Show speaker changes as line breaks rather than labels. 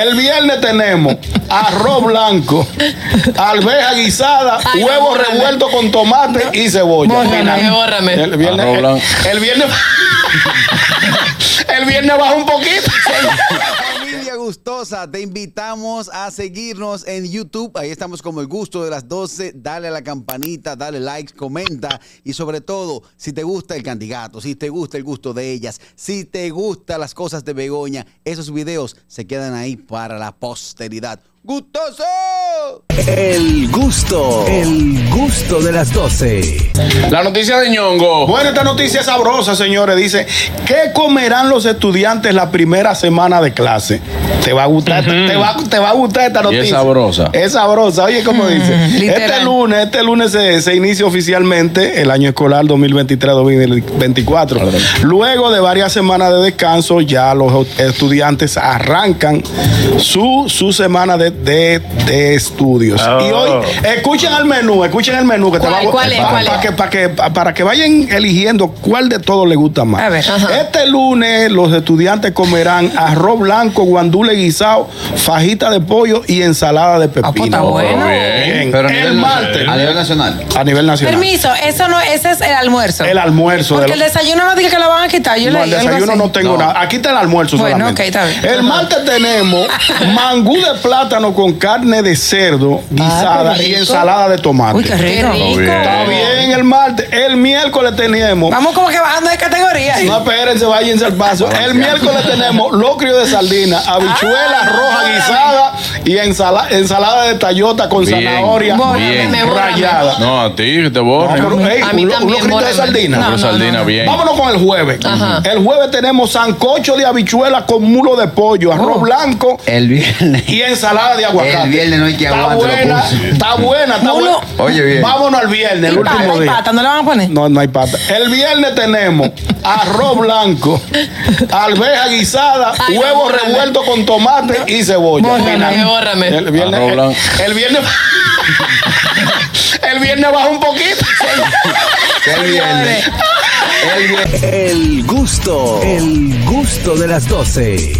El viernes tenemos arroz blanco, alveja guisada,
Ay, no,
huevo
bórrame.
revuelto con tomate y cebolla.
Bórrame,
Final.
bórrame.
El viernes,
Arroz blanco.
el, viernes El viernes baja un poquito.
Familia gustosa, te invitamos a seguirnos en YouTube. Ahí estamos como el gusto de las 12. Dale a la campanita, dale like, comenta. Y sobre todo, si te gusta el candidato, si te gusta el gusto de ellas, si te gustan las cosas de Begoña, esos videos se quedan ahí para la posteridad. ¡Gustoso!
El gusto, el gusto de las 12.
La noticia de ñongo.
Bueno, esta noticia es sabrosa, señores. Dice, ¿qué comerán los estudiantes la primera semana de clase? Te va a gustar, te, va, te va a gustar esta
Y
noticia.
es sabrosa.
Es sabrosa. Oye, como dice.
literal.
Este lunes, este lunes se, se inicia oficialmente el año escolar 2023-2024.
Claro.
Luego de varias semanas de descanso, ya los estudiantes arrancan su, su semana de, de- de estudios.
Oh.
Y hoy, escuchen el menú, escuchen el menú que te
¿Cuál,
va a gu-
cuál es,
pa-
cuál
pa-
es?
que- para que, pa- para que vayan eligiendo cuál de todos les gusta más.
A ver. Ajá.
Este lunes los estudiantes comerán arroz blanco, guandule guisado, fajita de pollo y ensalada de
Ah, pues, está
pepino.
bueno.
Bien.
Pero a
El
nivel,
martes.
nacional, a nivel nacional.
A nivel nacional.
Permiso, eso no, ese es el almuerzo. Ah,
El almuerzo. de
Porque
lo-
el desayuno no dije que lo van a quitar. Yo
no,
leí
el
algo
desayuno
así.
no tengo
No.
nada. Aquí está el almuerzo
Bueno,
solamente.
ok, está bien.
El martes tenemos mangú de plátano con carne de cerdo guisada
qué
y
Ah, rico.
ensalada de tomate.
Uy, qué rico.
rico.
Está bien el martes. El miércoles tenemos
Vamos como que bajando de categoría.
No, espérense, váyanse al paso. El miércoles tenemos locrio de sardina, habichuela roja guisada y ensala- ensalada de tallota con
Bien,
zanahoria
Bórrame,
bien.
me bórrame.
rayada.
No, a ti, que te borren.
No, pero, ey,
A mí
un lo- un
también,
locrito de
bórrame.
sardina.
No,
Pero sardina, bien.
Vámonos con el jueves.
Ajá.
El jueves tenemos sancocho de habichuela con mulo de pollo, arroz blanco
El viernes.
y ensalada de aguacate.
El viernes no hay que
Pues, Está
aguante, lo
buena,
puse.
está buena, está
Mulo.
buena.
Oye, bien.
Vámonos al viernes, el
Y pata,
último
y
día.
pata, ¿no le van a poner?
No, no hay pata. El viernes tenemos arroz blanco, alveja guisada,
Ay,
huevo
bórrame.
revuelto con tomate y cebolla.
Bórrame,
Final.
bórrame.
El viernes,
Arroz
el-
blanco.
el viernes, el viernes baja un poquito.
El viernes. El viernes.
El gusto, el gusto de las 12.